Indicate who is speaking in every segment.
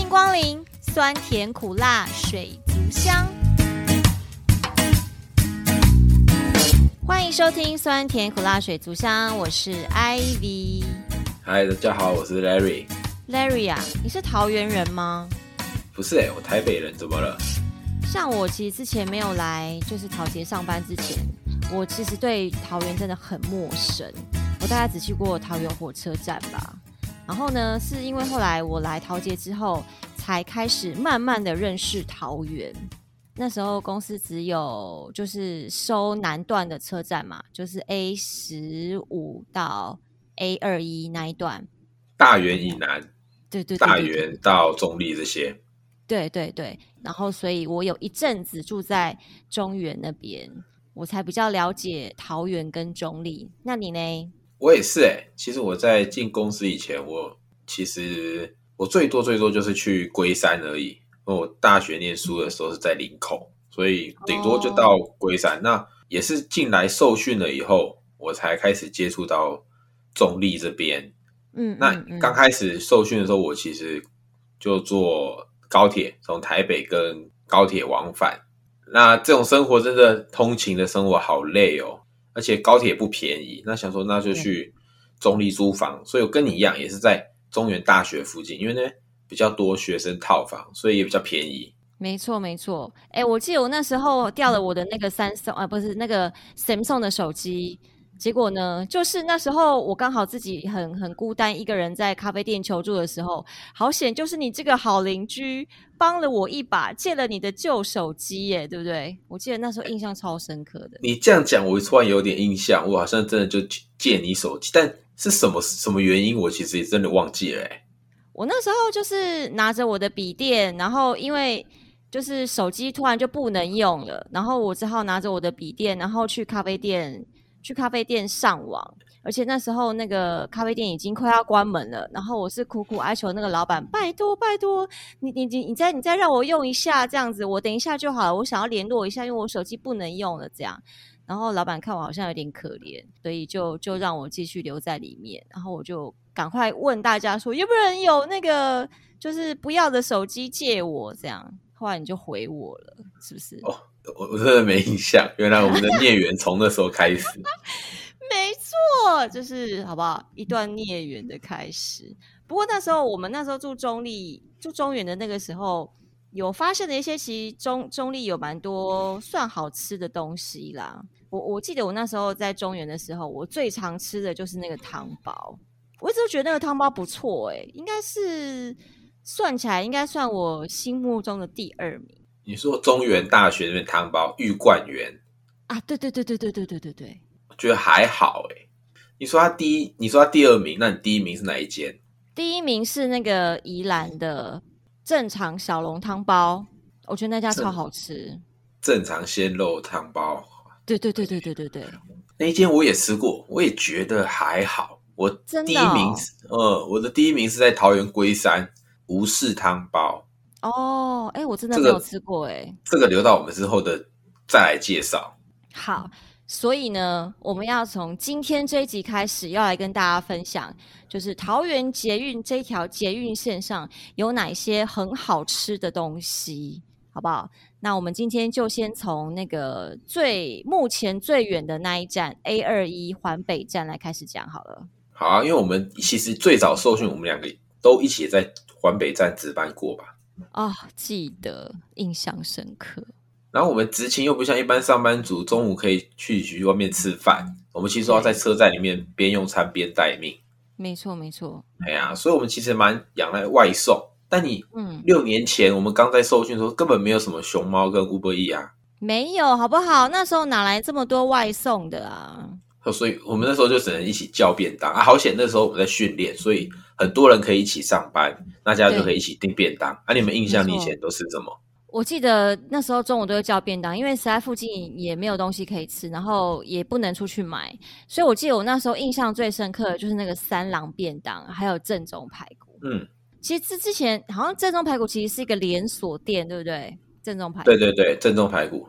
Speaker 1: 迎光临，酸甜苦辣水族箱。欢迎收听酸甜苦辣水族箱，我是 Ivy。
Speaker 2: 嗨，大家好，我是 Larry。
Speaker 1: Larry 啊，你是桃园人吗？
Speaker 2: 不是哎、我台北人，怎么了？
Speaker 1: 像我其实之前没有来就是桃捷上班之前，我其实对桃园真的很陌生。我大概只去过桃园火车站吧。然后呢，是因为后来我来桃捷之后，才开始慢慢的认识桃园。那时候公司只有就是收南段的车站嘛，就是 A 十五到 A 二一那一段。
Speaker 2: 大园以南，
Speaker 1: 对对对
Speaker 2: 大
Speaker 1: 对对
Speaker 2: 园到中立这些。
Speaker 1: 对对对，然后所以我有一阵子住在中原那边，我才比较了解桃园跟中立。那你呢？
Speaker 2: 我也是哎、其实我在进公司以前，我其实我最多最多就是去龟山而已。因为我大学念书的时候是在林口，所以顶多就到龟山。那也是进来受训了以后，我才开始接触到中立这边。
Speaker 1: 嗯，
Speaker 2: 那
Speaker 1: 嗯嗯
Speaker 2: 刚开始受训的时候，我其实就坐高铁从台北跟高铁往返。那这种生活真的通勤的生活好累哦，而且高铁不便宜。那想说那就去中立租房，所以我跟你一样也是在中原大学附近，因为呢比较多学生套房，所以也比较便宜。
Speaker 1: 没错没错。哎，我记得我那时候掉了我的那个三松啊，不是那个 Samsung 的手机。结果呢，就是那时候我刚好自己很很孤单，一个人在咖啡店求助的时候，好险就是你这个好邻居帮了我一把，借了你的旧手机耶，对不对？我记得那时候印象超深刻的。
Speaker 2: 你这样讲，我突然有点印象，我好像真的就借你手机，但是什么什么原因，我其实也真的忘记了、欸。
Speaker 1: 我那时候就是拿着我的笔电，然后因为就是手机突然就不能用了，然后我只好拿着我的笔电，然后去咖啡店去咖啡店上网。而且那时候那个咖啡店已经快要关门了，然后我是苦苦哀求那个老板，拜托拜托，你你你你再你再让我用一下这样子，我等一下就好了，我想要联络一下，因为我手机不能用了这样。然后老板看我好像有点可怜，所以就就让我继续留在里面。然后我就赶快问大家说，有没有人有那个就是不要的手机借我？这样，后来你就回我了，是不是？
Speaker 2: 哦我我真的没印象，原来我们的孽缘从那时候开始。
Speaker 1: 没错，就是好不好？一段孽缘的开始。不过那时候我们那时候住中立，住中原的那个时候，有发现了一些，其实中中立有蛮多算好吃的东西啦。我我记得我那时候在中原的时候，我最常吃的就是那个汤包。我一直都觉得那个汤包不错、欸，应该是算起来应该算我心目中的第二名
Speaker 2: 你说中原大学那边汤包玉冠园，
Speaker 1: 啊！对对对对对对对对对。
Speaker 2: 我觉得还好诶、你说他第一，你说他第二名，那你第一名是哪一间？
Speaker 1: 第一名是那个宜兰的正常小笼汤包，我觉得那家
Speaker 2: 正
Speaker 1: 超好吃。
Speaker 2: 正常鲜肉汤包
Speaker 1: 对对对对对对对，
Speaker 2: 那一间我也吃过，我也觉得还好。我
Speaker 1: 真的
Speaker 2: 第一名
Speaker 1: 哦
Speaker 2: 是，呃，我的第一名是在桃园龟山吴氏汤包，
Speaker 1: 哦，哎，我真的
Speaker 2: 这
Speaker 1: 没有
Speaker 2: 个
Speaker 1: 吃过哎。
Speaker 2: 这个留到我们之后的再来介绍。嗯
Speaker 1: 好，所以呢，我们要从今天这一集开始，要来跟大家分享，就是桃园捷运这条捷运线上有哪些很好吃的东西，好不好？那我们今天就先从那个最目前最远的那一站 A 二一环北站来开始讲好了。
Speaker 2: 好啊，因为我们其实最早受训，我们两个都一起在环北站值班过吧。
Speaker 1: 啊、记得印象深刻。
Speaker 2: 然后我们执勤又不像一般上班族，中午可以去去外面吃饭，我们其实都要在车站里面边用餐边待命。
Speaker 1: 没错，没错。
Speaker 2: 哎呀，所以我们其实蛮仰赖外送。但你
Speaker 1: 嗯，
Speaker 2: 六年前我们刚在受训的时候，根本没有什么熊猫跟 Uber E 啊，
Speaker 1: 没有，好不好？那时候哪来这么多外送的啊？
Speaker 2: 所以我们那时候就只能一起叫便当啊。好险那时候我们在训练，所以很多人可以一起上班，大家就可以一起订便当。啊，你们印象
Speaker 1: 没
Speaker 2: 你
Speaker 1: 错
Speaker 2: 以前都吃什么？
Speaker 1: 我记得那时候中午都会叫便当，因为实在附近也没有东西可以吃，然后也不能出去买，所以我记得我那时候印象最深刻的就是那个三郎便当，还有正宗排骨。
Speaker 2: 嗯，
Speaker 1: 其实之之前好像正宗排骨其实是一个连锁店，对不对？正宗排骨。
Speaker 2: 对对对，正宗排骨。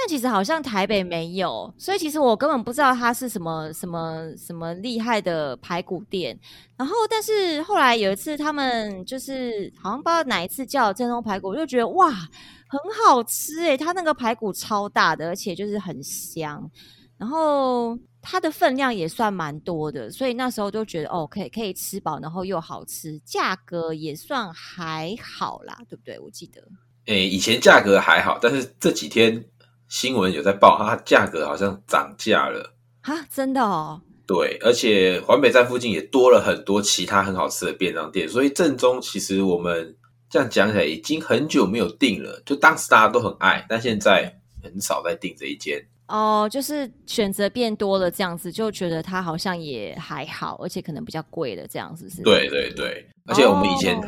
Speaker 1: 但其实好像台北没有，所以其实我根本不知道它是什么什么什么厉害的排骨店。然后，但是后来有一次，他们就是好像不知道哪一次叫正宗排骨，我就觉得哇，很好吃诶、它那个排骨超大的，而且就是很香，然后它的分量也算蛮多的，所以那时候就觉得哦，可以可以吃饱，然后又好吃，价格也算还好啦，对不对？我记得。
Speaker 2: 诶，以前价格还好，但是这几天新闻有在报，它价格好像涨价了。
Speaker 1: 啊，真的哦，
Speaker 2: 对，而且环北站附近也多了很多其他很好吃的便当店，所以正宗其实我们这样讲起来已经很久没有订了。就当时大家都很爱，但现在很少在订这一间。
Speaker 1: 哦，就是选择变多了，这样子就觉得它好像也还好，而且可能比较贵的这样，是不是？
Speaker 2: 对对对，而且我们以前、
Speaker 1: 哦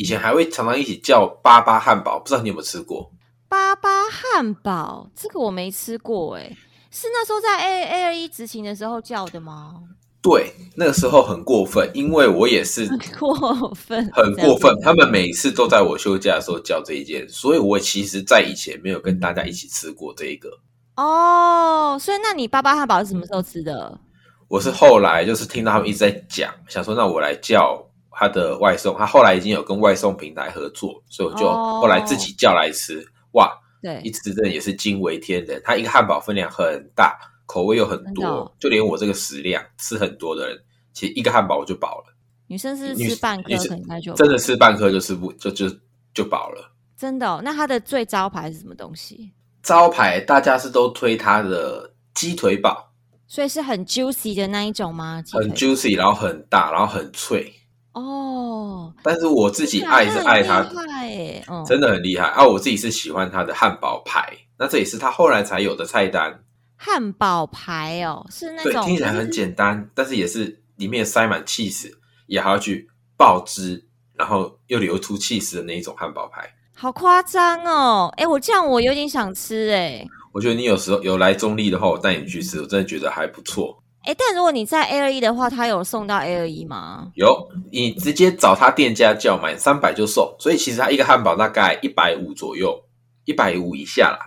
Speaker 2: 以前还会常常一起叫巴巴汉堡，不知道你有没有吃过？
Speaker 1: 巴巴汉堡这个我没吃过、欸，是那时候在 A A 二一执勤的时候叫的吗？
Speaker 2: 对，那个时候很过分，因为我也是
Speaker 1: 很过分，
Speaker 2: 很过分
Speaker 1: 这样子。
Speaker 2: 他们每次都在我休假的时候叫这一件，所以我其实，在以前没有跟大家一起吃过这一个。
Speaker 1: 哦，所以那你巴巴汉堡是什么时候吃的？
Speaker 2: 我是后来就是听到他们一直在讲，想说那我来叫他的外送，他后来已经有跟外送平台合作，所以我就
Speaker 1: 哦
Speaker 2: 后来自己叫来吃。哇，一
Speaker 1: 对，
Speaker 2: 吃真的也是惊为天人，他一个汉堡分量很大，口味又很
Speaker 1: 真哦
Speaker 2: 多，
Speaker 1: 的哦
Speaker 2: 就连我这个食量吃很多的人，其实一个汉堡我就饱了，
Speaker 1: 女生是
Speaker 2: 女
Speaker 1: 吃半颗
Speaker 2: 女生
Speaker 1: 可能应该就
Speaker 2: 真的吃半颗就是不就就就饱了。
Speaker 1: 真的哦、那它的最招牌是什么东西？
Speaker 2: 招牌大家是都推它的鸡腿堡，
Speaker 1: 所以是很 juicy 的那一种吗？鸡
Speaker 2: 很
Speaker 1: 腿
Speaker 2: juicy，然后很大，然后很脆。
Speaker 1: 哦，
Speaker 2: 但是我自己
Speaker 1: 对啊
Speaker 2: 爱
Speaker 1: 那
Speaker 2: 是
Speaker 1: 很
Speaker 2: 爱
Speaker 1: 厉
Speaker 2: 它，
Speaker 1: 害欸嗯，
Speaker 2: 真的很厉害啊！我自己是喜欢它的汉堡排，那这也是它后来才有的菜单。
Speaker 1: 汉堡排哦，是那
Speaker 2: 对，
Speaker 1: 种
Speaker 2: 听起来很简单，但是也是里面塞满 cheese，也还要去爆汁，然后又流出 cheese 的那一种汉堡排。
Speaker 1: 好夸张哦！哎，我这样我有点想吃哎
Speaker 2: 我觉得你有时候有来中立的话，我带你去吃，我真的觉得还不错。
Speaker 1: 哎，诶但如果你在 A 二一的话，它有送到 A 二一吗？
Speaker 2: 有，你直接找他店家叫满三百就送，所以其实他一个汉堡大概一百五左右，一百五以下啦。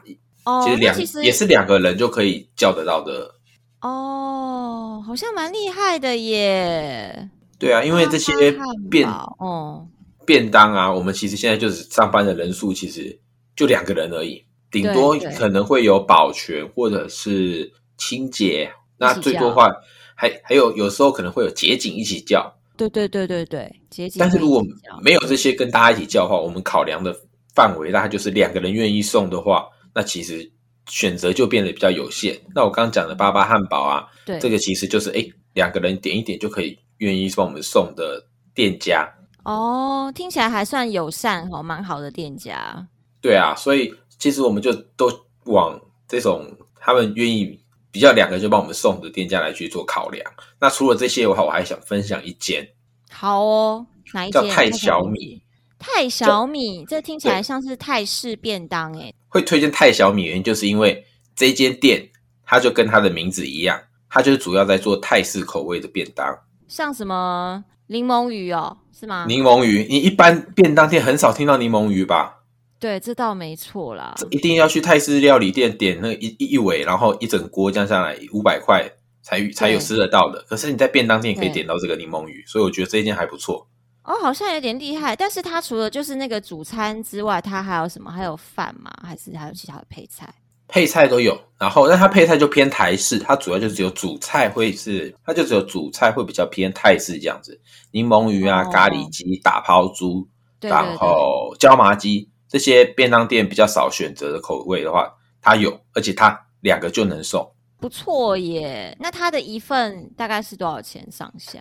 Speaker 1: 哦，
Speaker 2: 其实
Speaker 1: 那
Speaker 2: 两
Speaker 1: 其实
Speaker 2: 也是两个人就可以叫得到的
Speaker 1: 哦，好像蛮厉害的耶。
Speaker 2: 对啊，因为这些
Speaker 1: 汉堡
Speaker 2: 便
Speaker 1: 哦，
Speaker 2: 便当啊，我们其实现在就是上班的人数其实就两个人而已，顶多
Speaker 1: 对
Speaker 2: 可能会有保全或者是清洁，那最多的话还还有有时候可能会有捷警一起叫，
Speaker 1: 对对对对对，捷径
Speaker 2: 但是
Speaker 1: 可以
Speaker 2: 如果
Speaker 1: 比较
Speaker 2: 没有这些跟大家一起叫的话，我们考量的范围大概就是两个人愿意送的话，那其实选择就变得比较有限。那我刚刚讲的巴巴汉堡啊，
Speaker 1: 对
Speaker 2: 这个其实就是诶两个人点一点就可以愿意帮我们送的店家，
Speaker 1: 哦，听起来还算友善哦，蛮好的店家。
Speaker 2: 对啊，所以其实我们就都往这种他们愿意比较两个就帮我们送的店家来去做考量。那除了这些的话，我还想分享一间
Speaker 1: 好哦，哪一
Speaker 2: 叫
Speaker 1: 间？
Speaker 2: 泰小米，
Speaker 1: 泰小米，这听起
Speaker 2: 对
Speaker 1: 来像是泰式便当哎。
Speaker 2: 会推荐泰小米，原因就是因为这间店它就跟它的名字一样，它就是主要在做泰式口味的便当，
Speaker 1: 像什么柠檬鱼哦，是吗？
Speaker 2: 柠檬鱼。你一般便当店很少听到柠檬鱼吧？
Speaker 1: 对，这倒没错啦。
Speaker 2: 这一定要去泰式料理店点那一一一尾，然后一整锅这样下来五百块才才有吃得到的。可是你在便当店可以
Speaker 1: 对
Speaker 2: 点到这个柠檬鱼，所以我觉得这一间还不错。
Speaker 1: 哦，好像有点厉害。但是它除了就是那个主餐之外，它还有什么？还有饭吗？还是还有其他的配菜？
Speaker 2: 配菜都有，然后但它配菜就偏台式，它主要就只有主菜会是，它就只有主菜会比较偏泰式这样子，柠檬鱼啊、
Speaker 1: 哦
Speaker 2: 咖喱鸡、打抛猪，
Speaker 1: 对
Speaker 2: 然
Speaker 1: 对对，
Speaker 2: 后椒麻鸡这些便当店比较少选择的口味的话，它有，而且它两个就能送，
Speaker 1: 不错耶。那它的一份大概是多少钱上下？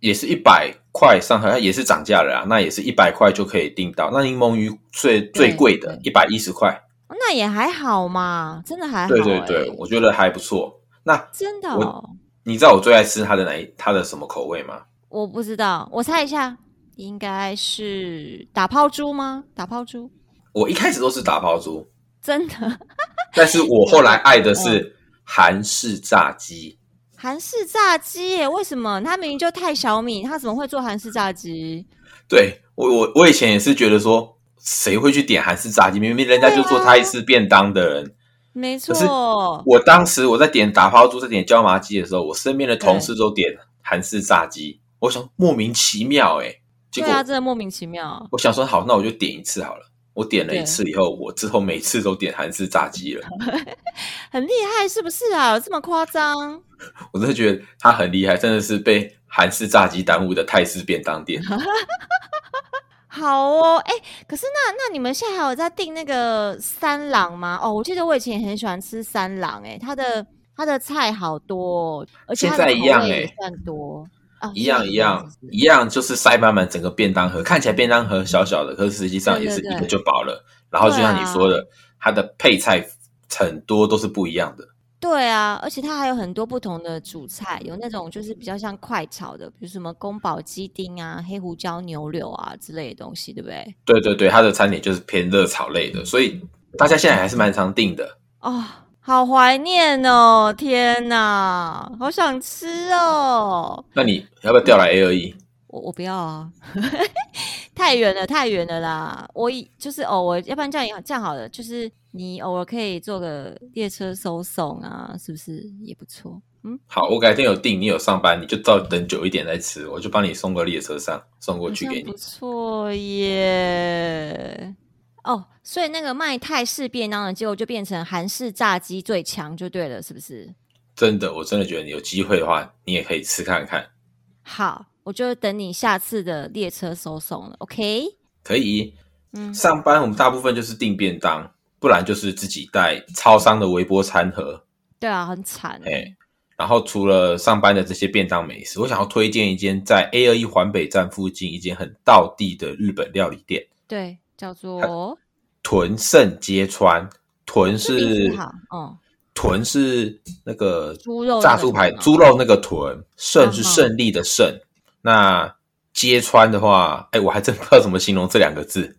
Speaker 2: 也是一百块上下，它也是涨价了啊，那也是一百块就可以订到。那柠檬鱼最最贵的，一百一十块，哦哎
Speaker 1: 哦那也还好嘛，真的还好。哎
Speaker 2: 对对对，，我觉得还不错。那
Speaker 1: 真的
Speaker 2: 我
Speaker 1: 哦，
Speaker 2: 你知道我最爱吃它的哪一它的什么口味吗？
Speaker 1: 我不知道，我猜一下，应该是打抛猪吗？打抛猪，
Speaker 2: 我一开始都是打抛 猪，
Speaker 1: 真的。
Speaker 2: 但是我后来爱的是韩式炸鸡，
Speaker 1: 韩式炸鸡耶？为什么？他明明就太小米，他怎么会做韩式炸鸡？
Speaker 2: 对我我我以啊前也是觉得说，谁会去点韩式炸鸡？明明人家就做泰式便当的人，
Speaker 1: 没
Speaker 2: 可是
Speaker 1: 错，
Speaker 2: 我当时我在点打抛猪，在点椒麻鸡的时候，我身边的同事都点韩式炸鸡，我想莫名其妙哎、结
Speaker 1: 对
Speaker 2: 果
Speaker 1: 啊，真的莫名其妙。
Speaker 2: 我想说好，那我就点一次好了。我点了一
Speaker 1: 对
Speaker 2: 次以后，我之后每次都点韩式炸鸡了。
Speaker 1: 很厉害，是不是啊？有这么夸张？
Speaker 2: 我真的觉得他很厉害，真的是被韩式炸鸡耽误的泰式便当店。
Speaker 1: 啊好哦，哎、可是那那你们现在还有在订那个三郎吗？哦，我记得我以前也很喜欢吃三郎、哎，它的它的菜好多、哦，而且它的
Speaker 2: 现在
Speaker 1: 口
Speaker 2: 一样
Speaker 1: 味也
Speaker 2: 哎
Speaker 1: 算多啊，
Speaker 2: 一样
Speaker 1: 现在
Speaker 2: 一样
Speaker 1: 是不是
Speaker 2: 一样，就是塞满满整个便当盒，看起来便当盒小小的，可是实际上也
Speaker 1: 对
Speaker 2: 是一
Speaker 1: 对对
Speaker 2: 个就饱了。然后就像
Speaker 1: 对
Speaker 2: 你
Speaker 1: 啊
Speaker 2: 说的，它的配菜很多都是不一样的。
Speaker 1: 对啊，而且它还有很多不同的主菜，有那种就是比较像快炒的，比如什么宫保鸡丁啊、黑胡椒牛柳啊之类的东西，对不对？
Speaker 2: 对对对，它的餐点就是偏热炒类的，所以大家现在还是蛮常订的。
Speaker 1: 哦，好怀念哦！天哪，好想吃哦！
Speaker 2: 那你要不要调来 A 二 E？一？
Speaker 1: 我我不要啊， 太远了，太远了啦！我以就是偶尔，要不然这样也这样好了，就是你偶尔可以坐个列车收送啊，是不是也不错？嗯，
Speaker 2: 好，我改天有订，你有上班，你就到等久一点再吃，我就帮你送个列车上送过
Speaker 1: 好
Speaker 2: 去
Speaker 1: 像
Speaker 2: 给你
Speaker 1: 不。错耶。哦，所以那个卖泰式便当的，结果就变成韩式炸鸡最强就对了，是不是？
Speaker 2: 真的，我真的觉得你有机会的话，你也可以吃看看。
Speaker 1: 好，我就等你下次的列车收送了，OK？
Speaker 2: 可以
Speaker 1: 嗯，
Speaker 2: 上班，我们大部分就是订便当，不然就是自己带超商的微波餐盒。
Speaker 1: 对啊，很惨欸、
Speaker 2: 哎然后除了上班的这些便当美食，我想要推荐一间在 A 二一环北站附近一间很道地的日本料理店
Speaker 1: 对，叫做
Speaker 2: ——豚盛街川。豚
Speaker 1: 这名
Speaker 2: 是
Speaker 1: 字好，嗯，
Speaker 2: 豚是那个
Speaker 1: 猪肉那个
Speaker 2: 炸猪排
Speaker 1: 豚吗
Speaker 2: 猪肉那个豚，胜
Speaker 1: 嗯
Speaker 2: 是
Speaker 1: 嗯
Speaker 2: 胜利的胜。那街川的话，哎，我还真不知道怎么形容这两个字。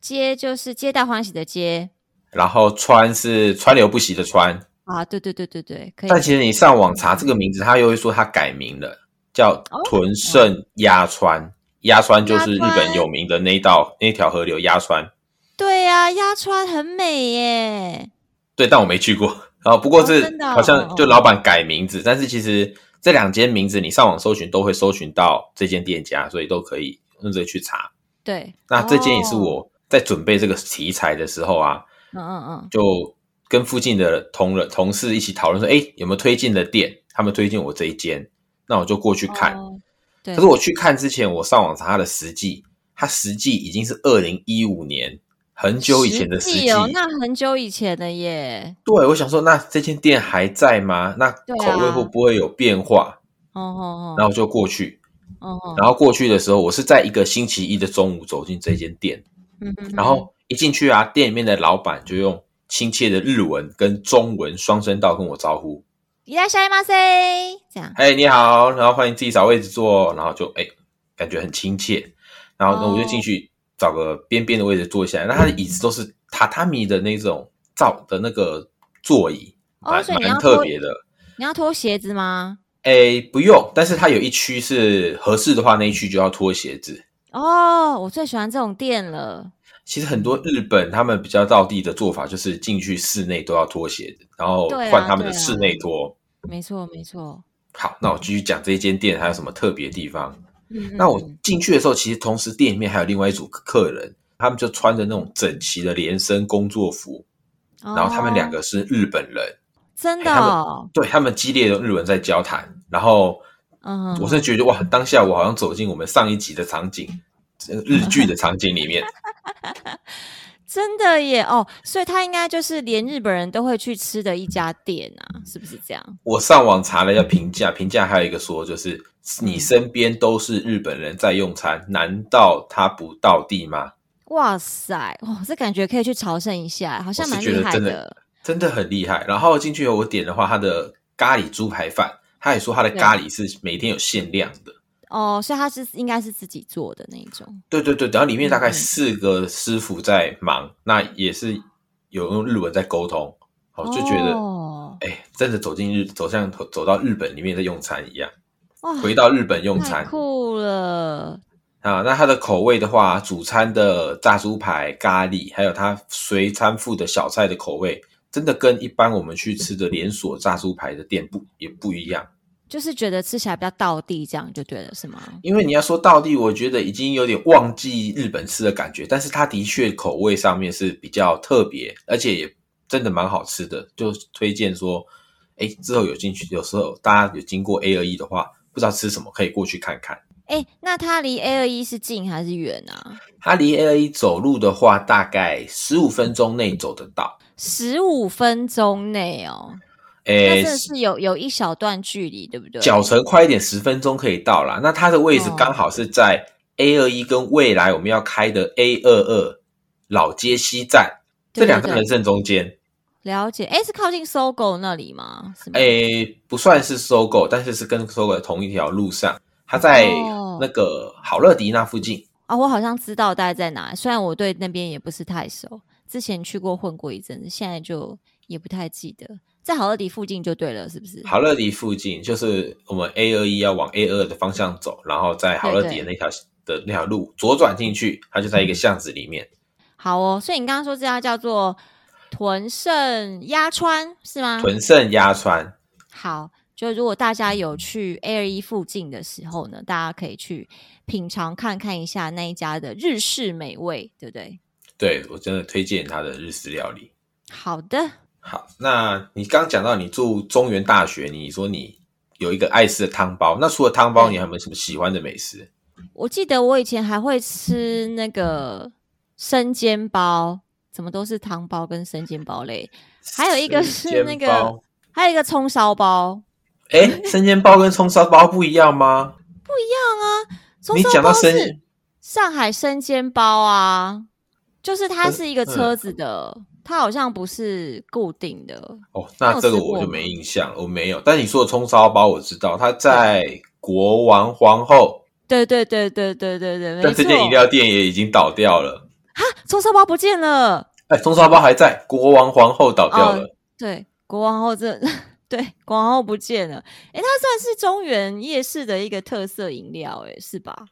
Speaker 1: 皆就是皆大欢喜的皆
Speaker 2: 然后川是川流不息的川，
Speaker 1: 啊，对对对对对，可以
Speaker 2: 但其实你上网查这个名字，他又会说他改名了，叫
Speaker 1: 哦
Speaker 2: 豚盛鸭川。鸭川就是日
Speaker 1: 鸭川
Speaker 2: 本有名的那一道那一条河流鸭川。
Speaker 1: 对呀、鸭川很美耶，
Speaker 2: 对，但我没去过。然后不过
Speaker 1: 哦
Speaker 2: 是
Speaker 1: 真的哦
Speaker 2: 好
Speaker 1: 哦
Speaker 2: 像
Speaker 1: 哦
Speaker 2: 就老板改名字，但是其实这两间名字你上网搜寻都会搜寻到这间店家，所以都可以用这个去查。
Speaker 1: 对，
Speaker 2: 那这间也是
Speaker 1: 哦，
Speaker 2: 我在准备这个题材的时候啊，
Speaker 1: 嗯嗯
Speaker 2: 就跟附近的同仁同事一起讨论说，哎，有没有推荐的店？他们推荐我这一间，那我就过去
Speaker 1: 嗯，
Speaker 2: 看。
Speaker 1: 哦对，
Speaker 2: 可是我去看之前，我上网查它的实际，它实际已经是二零一五年很久以前的实
Speaker 1: 实
Speaker 2: 际。
Speaker 1: 际哦，那很久以前的耶，
Speaker 2: 对，我想说，那这间店还在吗？那
Speaker 1: 啊
Speaker 2: 口味会不会有变化？
Speaker 1: 哦哦
Speaker 2: 然后我就过去，
Speaker 1: 哦哦，
Speaker 2: 然后过去的时候，我是在一个星期一的中午走进这间店，
Speaker 1: 嗯哼哼
Speaker 2: 然后一进去啊，店里面的老板就用亲切的日文跟中文双声道跟我招呼
Speaker 1: 伊拉下一马塞这样：“，
Speaker 2: 哎，你好，然后欢迎自己找位置坐。”然后就哎，感觉很亲切。然后呢，
Speaker 1: 哦
Speaker 2: 我就进去找个边边的位置坐下来。那他的椅子都是榻榻米的那种造的那个座椅，
Speaker 1: 哦
Speaker 2: 蛮
Speaker 1: 所以你
Speaker 2: 蛮
Speaker 1: 要
Speaker 2: 特
Speaker 1: 脱
Speaker 2: 别的。
Speaker 1: 你要脱鞋子吗？
Speaker 2: 诶，不用，但是它有一区是合适的话，那一区就要脱鞋子。
Speaker 1: 哦，我最喜欢这种店了，
Speaker 2: 其实很多日本他们比较道地的做法，就是进去室内都要脱鞋子，然后
Speaker 1: 对啊
Speaker 2: 换他们的
Speaker 1: 对啊
Speaker 2: 室内脱。
Speaker 1: 没错没错。
Speaker 2: 好，那我继续讲这一间店还有什么特别地方。
Speaker 1: 嗯
Speaker 2: 那我
Speaker 1: 嗯嗯
Speaker 2: 进去的时候，其实同时店里面还有另外一组客人，他们就穿着那种整齐的连身工作服，然后他们两
Speaker 1: 哦
Speaker 2: 个是日本人，
Speaker 1: 真的
Speaker 2: 哎他们
Speaker 1: 哦，
Speaker 2: 对他们激烈的日文在交谈，然后
Speaker 1: 嗯，
Speaker 2: 我是觉得哇，当下我好像走进我们上一集的场景，这个日剧的场景里面。
Speaker 1: 真的耶哦，所以它应该就是连日本人都会去吃的一家店啊，是不是这样？
Speaker 2: 我上网查了一下
Speaker 1: 嗯
Speaker 2: 评价，评价还有一个说就是你身边都是日本人在用餐，难道他不到地吗？
Speaker 1: 哇塞，哇，这感觉可以去朝圣一下，好像
Speaker 2: 我是
Speaker 1: 蛮
Speaker 2: 觉
Speaker 1: 厉
Speaker 2: 得
Speaker 1: 害
Speaker 2: 真的真的很厉害。然后进去以后我点的话，他的咖喱猪排饭，他也说他的
Speaker 1: 对
Speaker 2: 咖喱是每天有限量的。
Speaker 1: 哦，所以它是应该是自己做的那一种
Speaker 2: 对对对，然后里面大
Speaker 1: 嗯
Speaker 2: 概
Speaker 1: 嗯
Speaker 2: 四个师傅在忙，那也是有用日文在沟通，我就觉得。
Speaker 1: 哦，
Speaker 2: 哎，真的走进日走向走到日本里面在用餐一样，
Speaker 1: 哇，
Speaker 2: 回到日本用
Speaker 1: 太
Speaker 2: 餐
Speaker 1: 酷了，
Speaker 2: 啊。那它的口味的话，主餐的炸猪排、咖喱，还有它随餐附的小菜的口味，真的跟一般我们去吃的连锁炸猪排的店不也不一样。
Speaker 1: 就是觉得吃起来比较道地，这样就对了，是吗？
Speaker 2: 因为你要说到地，我觉得已经有点忘记日本吃的感觉，但是它的确口味上面是比较特别，而且也真的蛮好吃的，就推荐说，哎，之后有进去，有时候大家有经过 A 二一的话，不知道吃什么，可以过去看看。
Speaker 1: 哎、那它离 A 二一是近还是远啊？
Speaker 2: 它离 A 二一走路的话，大概十五分钟内走得到。
Speaker 1: 十五分钟内哦，那
Speaker 2: 哎
Speaker 1: 真，的是有有一小段距离，对不对？
Speaker 2: 脚程快一点，十分钟可以到啦。那它的位置
Speaker 1: 哦
Speaker 2: 刚好是在 A 二一跟未来我们要开的 A 二二老街西站
Speaker 1: 对
Speaker 2: 这两
Speaker 1: 对
Speaker 2: 站
Speaker 1: 对
Speaker 2: 的正中间。
Speaker 1: 了解。哎、是靠近搜狗那里吗？是吗？
Speaker 2: 诶、不算是收购，但是是跟收购同一条路上。它在
Speaker 1: 哦
Speaker 2: 那个好乐迪那附近，
Speaker 1: 啊，我好像知道大概在哪，虽然我对那边也不是太熟，之前去过混过一阵子，现在就也不太记得，在好乐迪附近就对了，是不是？
Speaker 2: 好乐迪附近就是我们 A 二一要往 A 二的方向走，然后在好乐迪的那条的那条路左转进去，它就在一个巷子里面。
Speaker 1: 好哦，所以你刚刚说这家叫做屯盛鸭川是吗？
Speaker 2: 屯盛鸭川，
Speaker 1: 好，就如果大家有去 A 二一附近的时候呢，大家可以去品尝看看一下那一家的日式美味，对不对？
Speaker 2: 对我真的推荐它的日式料理。
Speaker 1: 好的，
Speaker 2: 好，那你刚讲到你住中原大学，你说你有一个爱吃的汤包，那除了汤包，
Speaker 1: 对
Speaker 2: 你还有没有什么喜欢的美食？
Speaker 1: 我记得我以前还会吃那个生煎包，怎么都是汤包跟生煎包类，还有一个是
Speaker 2: 生煎
Speaker 1: 那个
Speaker 2: 包，
Speaker 1: 还有一个葱烧包。
Speaker 2: 哎，生煎包跟葱烧包不一样吗？
Speaker 1: 葱
Speaker 2: 你
Speaker 1: 烧
Speaker 2: 讲到
Speaker 1: 包
Speaker 2: 生
Speaker 1: 是上海生煎包啊，就是它
Speaker 2: 但
Speaker 1: 是一个
Speaker 2: 嗯
Speaker 1: 车子的，它好像不是固定的。
Speaker 2: 哦，
Speaker 1: 你
Speaker 2: 那
Speaker 1: 有
Speaker 2: 这个
Speaker 1: 吃过
Speaker 2: 我就
Speaker 1: 吗
Speaker 2: 没印象了，我没有。但你说的葱烧包我知道，它在国王皇后，
Speaker 1: 对对对对对对对，没
Speaker 2: 但这间饮
Speaker 1: 错。
Speaker 2: 料店也已经倒掉了。
Speaker 1: 葱烧包不见了。
Speaker 2: 哎，葱烧包还在，国王皇后倒掉
Speaker 1: 哦
Speaker 2: 了。
Speaker 1: 对，国王后这 对国王后不见了。诶，它算是中原夜市的一个特色饮料，诶，是吧？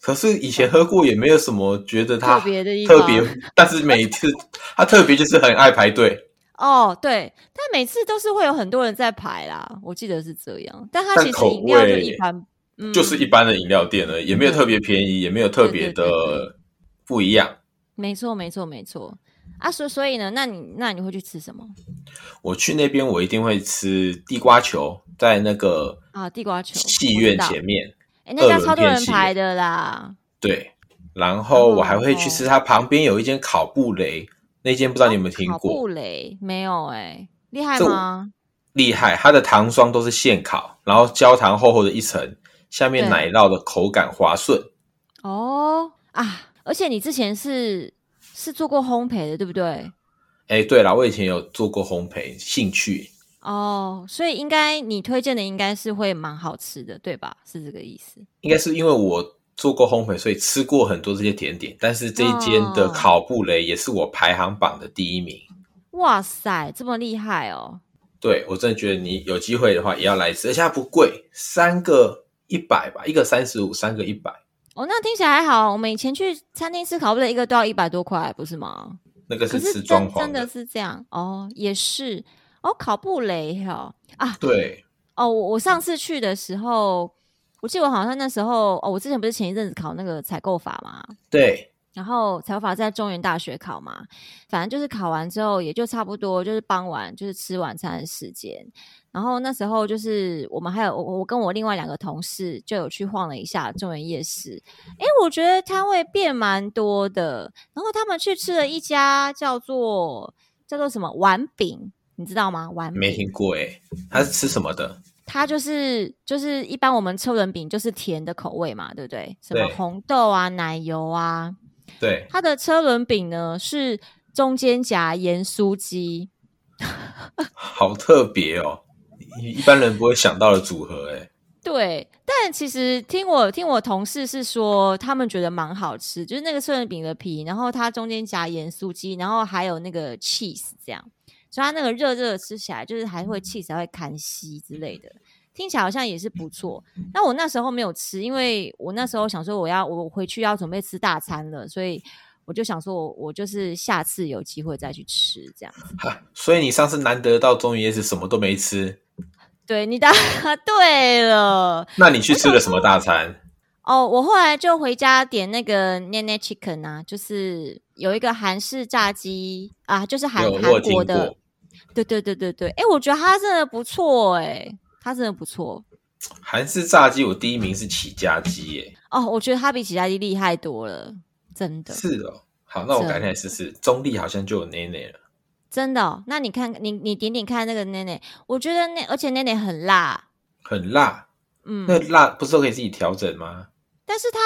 Speaker 2: 可是以前喝过也没有什么觉得它
Speaker 1: 特别的地方
Speaker 2: 特别，但是每次它特别就是很爱排队，
Speaker 1: 哦，对，但每次都是会有很多人在排啦，我记得是这样。但它
Speaker 2: 但
Speaker 1: 其实
Speaker 2: 口
Speaker 1: 饮料就
Speaker 2: 味
Speaker 1: 一般，嗯，
Speaker 2: 就是一般的饮料店了，也没有特别便宜，也没有特别
Speaker 1: 对对
Speaker 2: 的不一样。
Speaker 1: 没错，没错，没错。啊，所所以呢，那你那你会去吃什么
Speaker 2: 我去那边我一定会吃地瓜球，在那个
Speaker 1: 啊？地瓜球，
Speaker 2: 戏
Speaker 1: 我知
Speaker 2: 院
Speaker 1: 道
Speaker 2: 前面。
Speaker 1: 诶，那家
Speaker 2: 二
Speaker 1: 超
Speaker 2: 轮
Speaker 1: 多
Speaker 2: 片
Speaker 1: 人
Speaker 2: 系列
Speaker 1: 排的啦。
Speaker 2: 对，然后我还会去
Speaker 1: 哦
Speaker 2: 吃它旁边有一间烤布雷，那间不知道你有没有听
Speaker 1: 哦烤布
Speaker 2: 过，
Speaker 1: 雷没有诶，厉害
Speaker 2: 这我
Speaker 1: 吗？
Speaker 2: 厉害，它的糖霜都是现烤，然后焦糖厚厚的一层，下面
Speaker 1: 对
Speaker 2: 奶酪的口感滑顺。
Speaker 1: 哦啊，而且你之前是是做过烘焙的，对不对？
Speaker 2: 哎，对了，我以前有做过烘焙，兴趣
Speaker 1: 哦，所以应该你推荐的应该是会蛮好吃的，对吧？是这个意思。
Speaker 2: 应该是因为我做过烘焙，所以吃过很多这些甜点，但是这一间的
Speaker 1: 哦
Speaker 2: 烤布雷也是我排行榜的第一名。
Speaker 1: 哇塞，这么厉害哦！
Speaker 2: 对我真的觉得你有机会的话也要来吃，而且它不贵，三个一百吧，一个三十五，三个一百。
Speaker 1: 哦，那听起来还好。我们以前去餐厅吃烤布雷，一个都要一百多块，不是吗？
Speaker 2: 那个
Speaker 1: 可
Speaker 2: 是吃
Speaker 1: 是
Speaker 2: 装
Speaker 1: 真
Speaker 2: 潢
Speaker 1: 真的是这样哦，也是哦，烤布雷哦啊
Speaker 2: 对，
Speaker 1: 哦，我我上次去的时候，我记得我好像那时候哦，我之前不是前一阵子考那个采购法嘛，
Speaker 2: 对，
Speaker 1: 然后采购法在中原大学考嘛，反正就是考完之后也就差不多就是傍晚就是吃晚餐的时间，然后那时候就是我们还有我我跟我另外两个同事就有去晃了一下中原夜市，诶，我觉得摊位变蛮多的，然后他们去吃了一家叫做叫做什么丸饼，你知道吗？丸
Speaker 2: 没
Speaker 1: 饼。
Speaker 2: 听过哎、他是吃什么的？
Speaker 1: 它就是就是一般我们车轮饼就是甜的口味嘛，对不对？什么
Speaker 2: 对
Speaker 1: 红豆啊、奶油啊，
Speaker 2: 对，
Speaker 1: 它的车轮饼呢是中间夹盐酥鸡，
Speaker 2: 好特别哦，一一般人不会想到的组合哎、
Speaker 1: 对。但其实听我听我同事是说，他们觉得蛮好吃，就是那个车轮饼的皮，然后它中间夹盐酥鸡，然后还有那个 cheese 这样，所以它那个热热的吃起来就是还会 cheese 还会砍稀之类的。听起来好像也是不错，那我那时候没有吃，因为我那时候想说我要我回去要准备吃大餐了，所以我就想说我我就是下次有机会再去吃这样子。
Speaker 2: 哈所以你上次难得到中原夜市什么都没吃，
Speaker 1: 对你答 对了
Speaker 2: 那你去吃了什么大餐？
Speaker 1: 哦，我后来就回家点那个 n a chicken 啊，就是有一个韩式炸鸡啊，就是韩
Speaker 2: 有我有
Speaker 1: 韩
Speaker 2: 听
Speaker 1: 国的
Speaker 2: 过，，
Speaker 1: 对对对对对，哎、我觉得它真的不错哎、它真的不错
Speaker 2: 韩式炸鸡我第一名是起家鸡耶，
Speaker 1: 哦，我觉得它比其他鸡厉害多了，真的
Speaker 2: 是哦。好，那我
Speaker 1: 是啊
Speaker 2: 改天来试试。中立好像就有奶奶了，
Speaker 1: 真的、哦。那你看你你点点看那个 n a 我觉得那而且 n a 很辣，
Speaker 2: 很辣，
Speaker 1: 嗯，
Speaker 2: 那辣不是都可以自己调整吗？
Speaker 1: 但是它，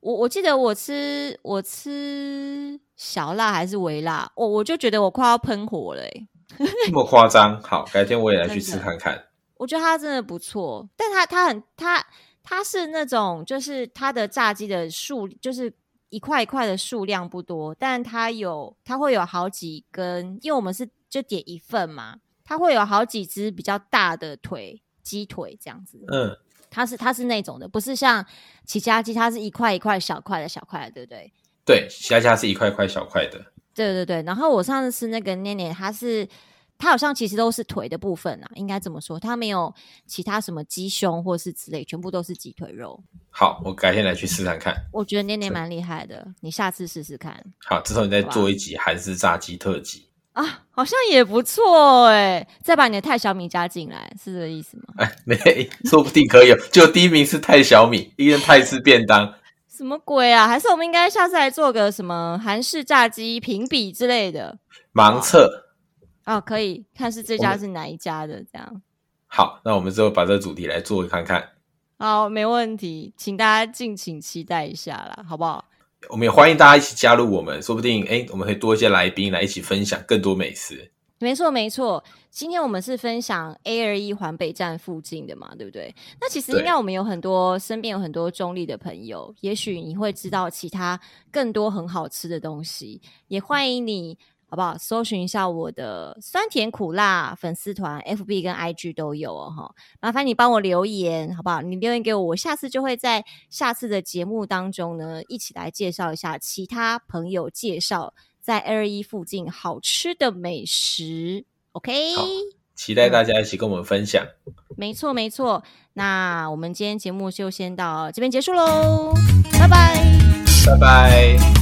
Speaker 1: 我我记得我吃我吃小辣还是微辣，我我就觉得我快要喷火了、欸。
Speaker 2: 这么夸张？好，改天我也来去吃
Speaker 1: 真的
Speaker 2: 看看。
Speaker 1: 我觉得它真的不错，但它它很它它是那种就是它的炸鸡的数就是一块一块的数量不多，但它有它会有好几根，因为我们是就点一份嘛，它会有好几只比较大的腿鸡腿这样子。
Speaker 2: 嗯，
Speaker 1: 它是它是那种的，不是像起家鸡，它是一块一块小块的小块的，对不对？
Speaker 2: 对，虾虾是一块块小块的，
Speaker 1: 对对对，然后我上次吃那个念念，它是它好像其实都是腿的部分啊，应该这么说，它没有其他什么鸡胸或是之类，全部都是鸡腿肉。
Speaker 2: 好，我改天来去试看看。
Speaker 1: 我觉得念念
Speaker 2: 是
Speaker 1: 蛮厉害的，你下次试试看
Speaker 2: 好，之后你再
Speaker 1: 好吧
Speaker 2: 做一集韩式炸鸡特辑。
Speaker 1: 啊，好像也不错哎、再把你的泰小米加进来，是这个意思吗？
Speaker 2: 哎，没，说不定可以哦。就第一名是泰小米，一人泰式便当。
Speaker 1: 什么鬼啊？还是我们应该下次来做个什么韩式炸鸡评比之类的
Speaker 2: 盲测。
Speaker 1: 啊？可以看是这
Speaker 2: 我们
Speaker 1: 家是哪一家的这样。
Speaker 2: 好，那我们之后把这个主题来做看看。
Speaker 1: 好，没问题，请大家敬请期待一下啦，好不好？
Speaker 2: 我们也欢迎大家一起加入我们，说不定哎，我们可以多一些来宾来一起分享更多美食。
Speaker 1: 没错，没错。今天我们是分享 A 二一环北站附近的嘛，对不对？那其实
Speaker 2: 对
Speaker 1: 应该我们有很多身边有很多中立的朋友，也许你会知道其他更多很好吃的东西，也欢迎你。好不好？搜寻一下我的酸甜苦辣粉丝团，FB 跟 IG 都有哦，哈。麻烦你帮我留言，好不好？你留言给我，我下次就会在下次的节目当中呢，一起来介绍一下其他朋友介绍在二一附近好吃的美食。OK，
Speaker 2: 好期待大家一起跟我们分享。
Speaker 1: 没错没错。那我们今天节目就先到这边结束喽，拜拜。
Speaker 2: 拜拜。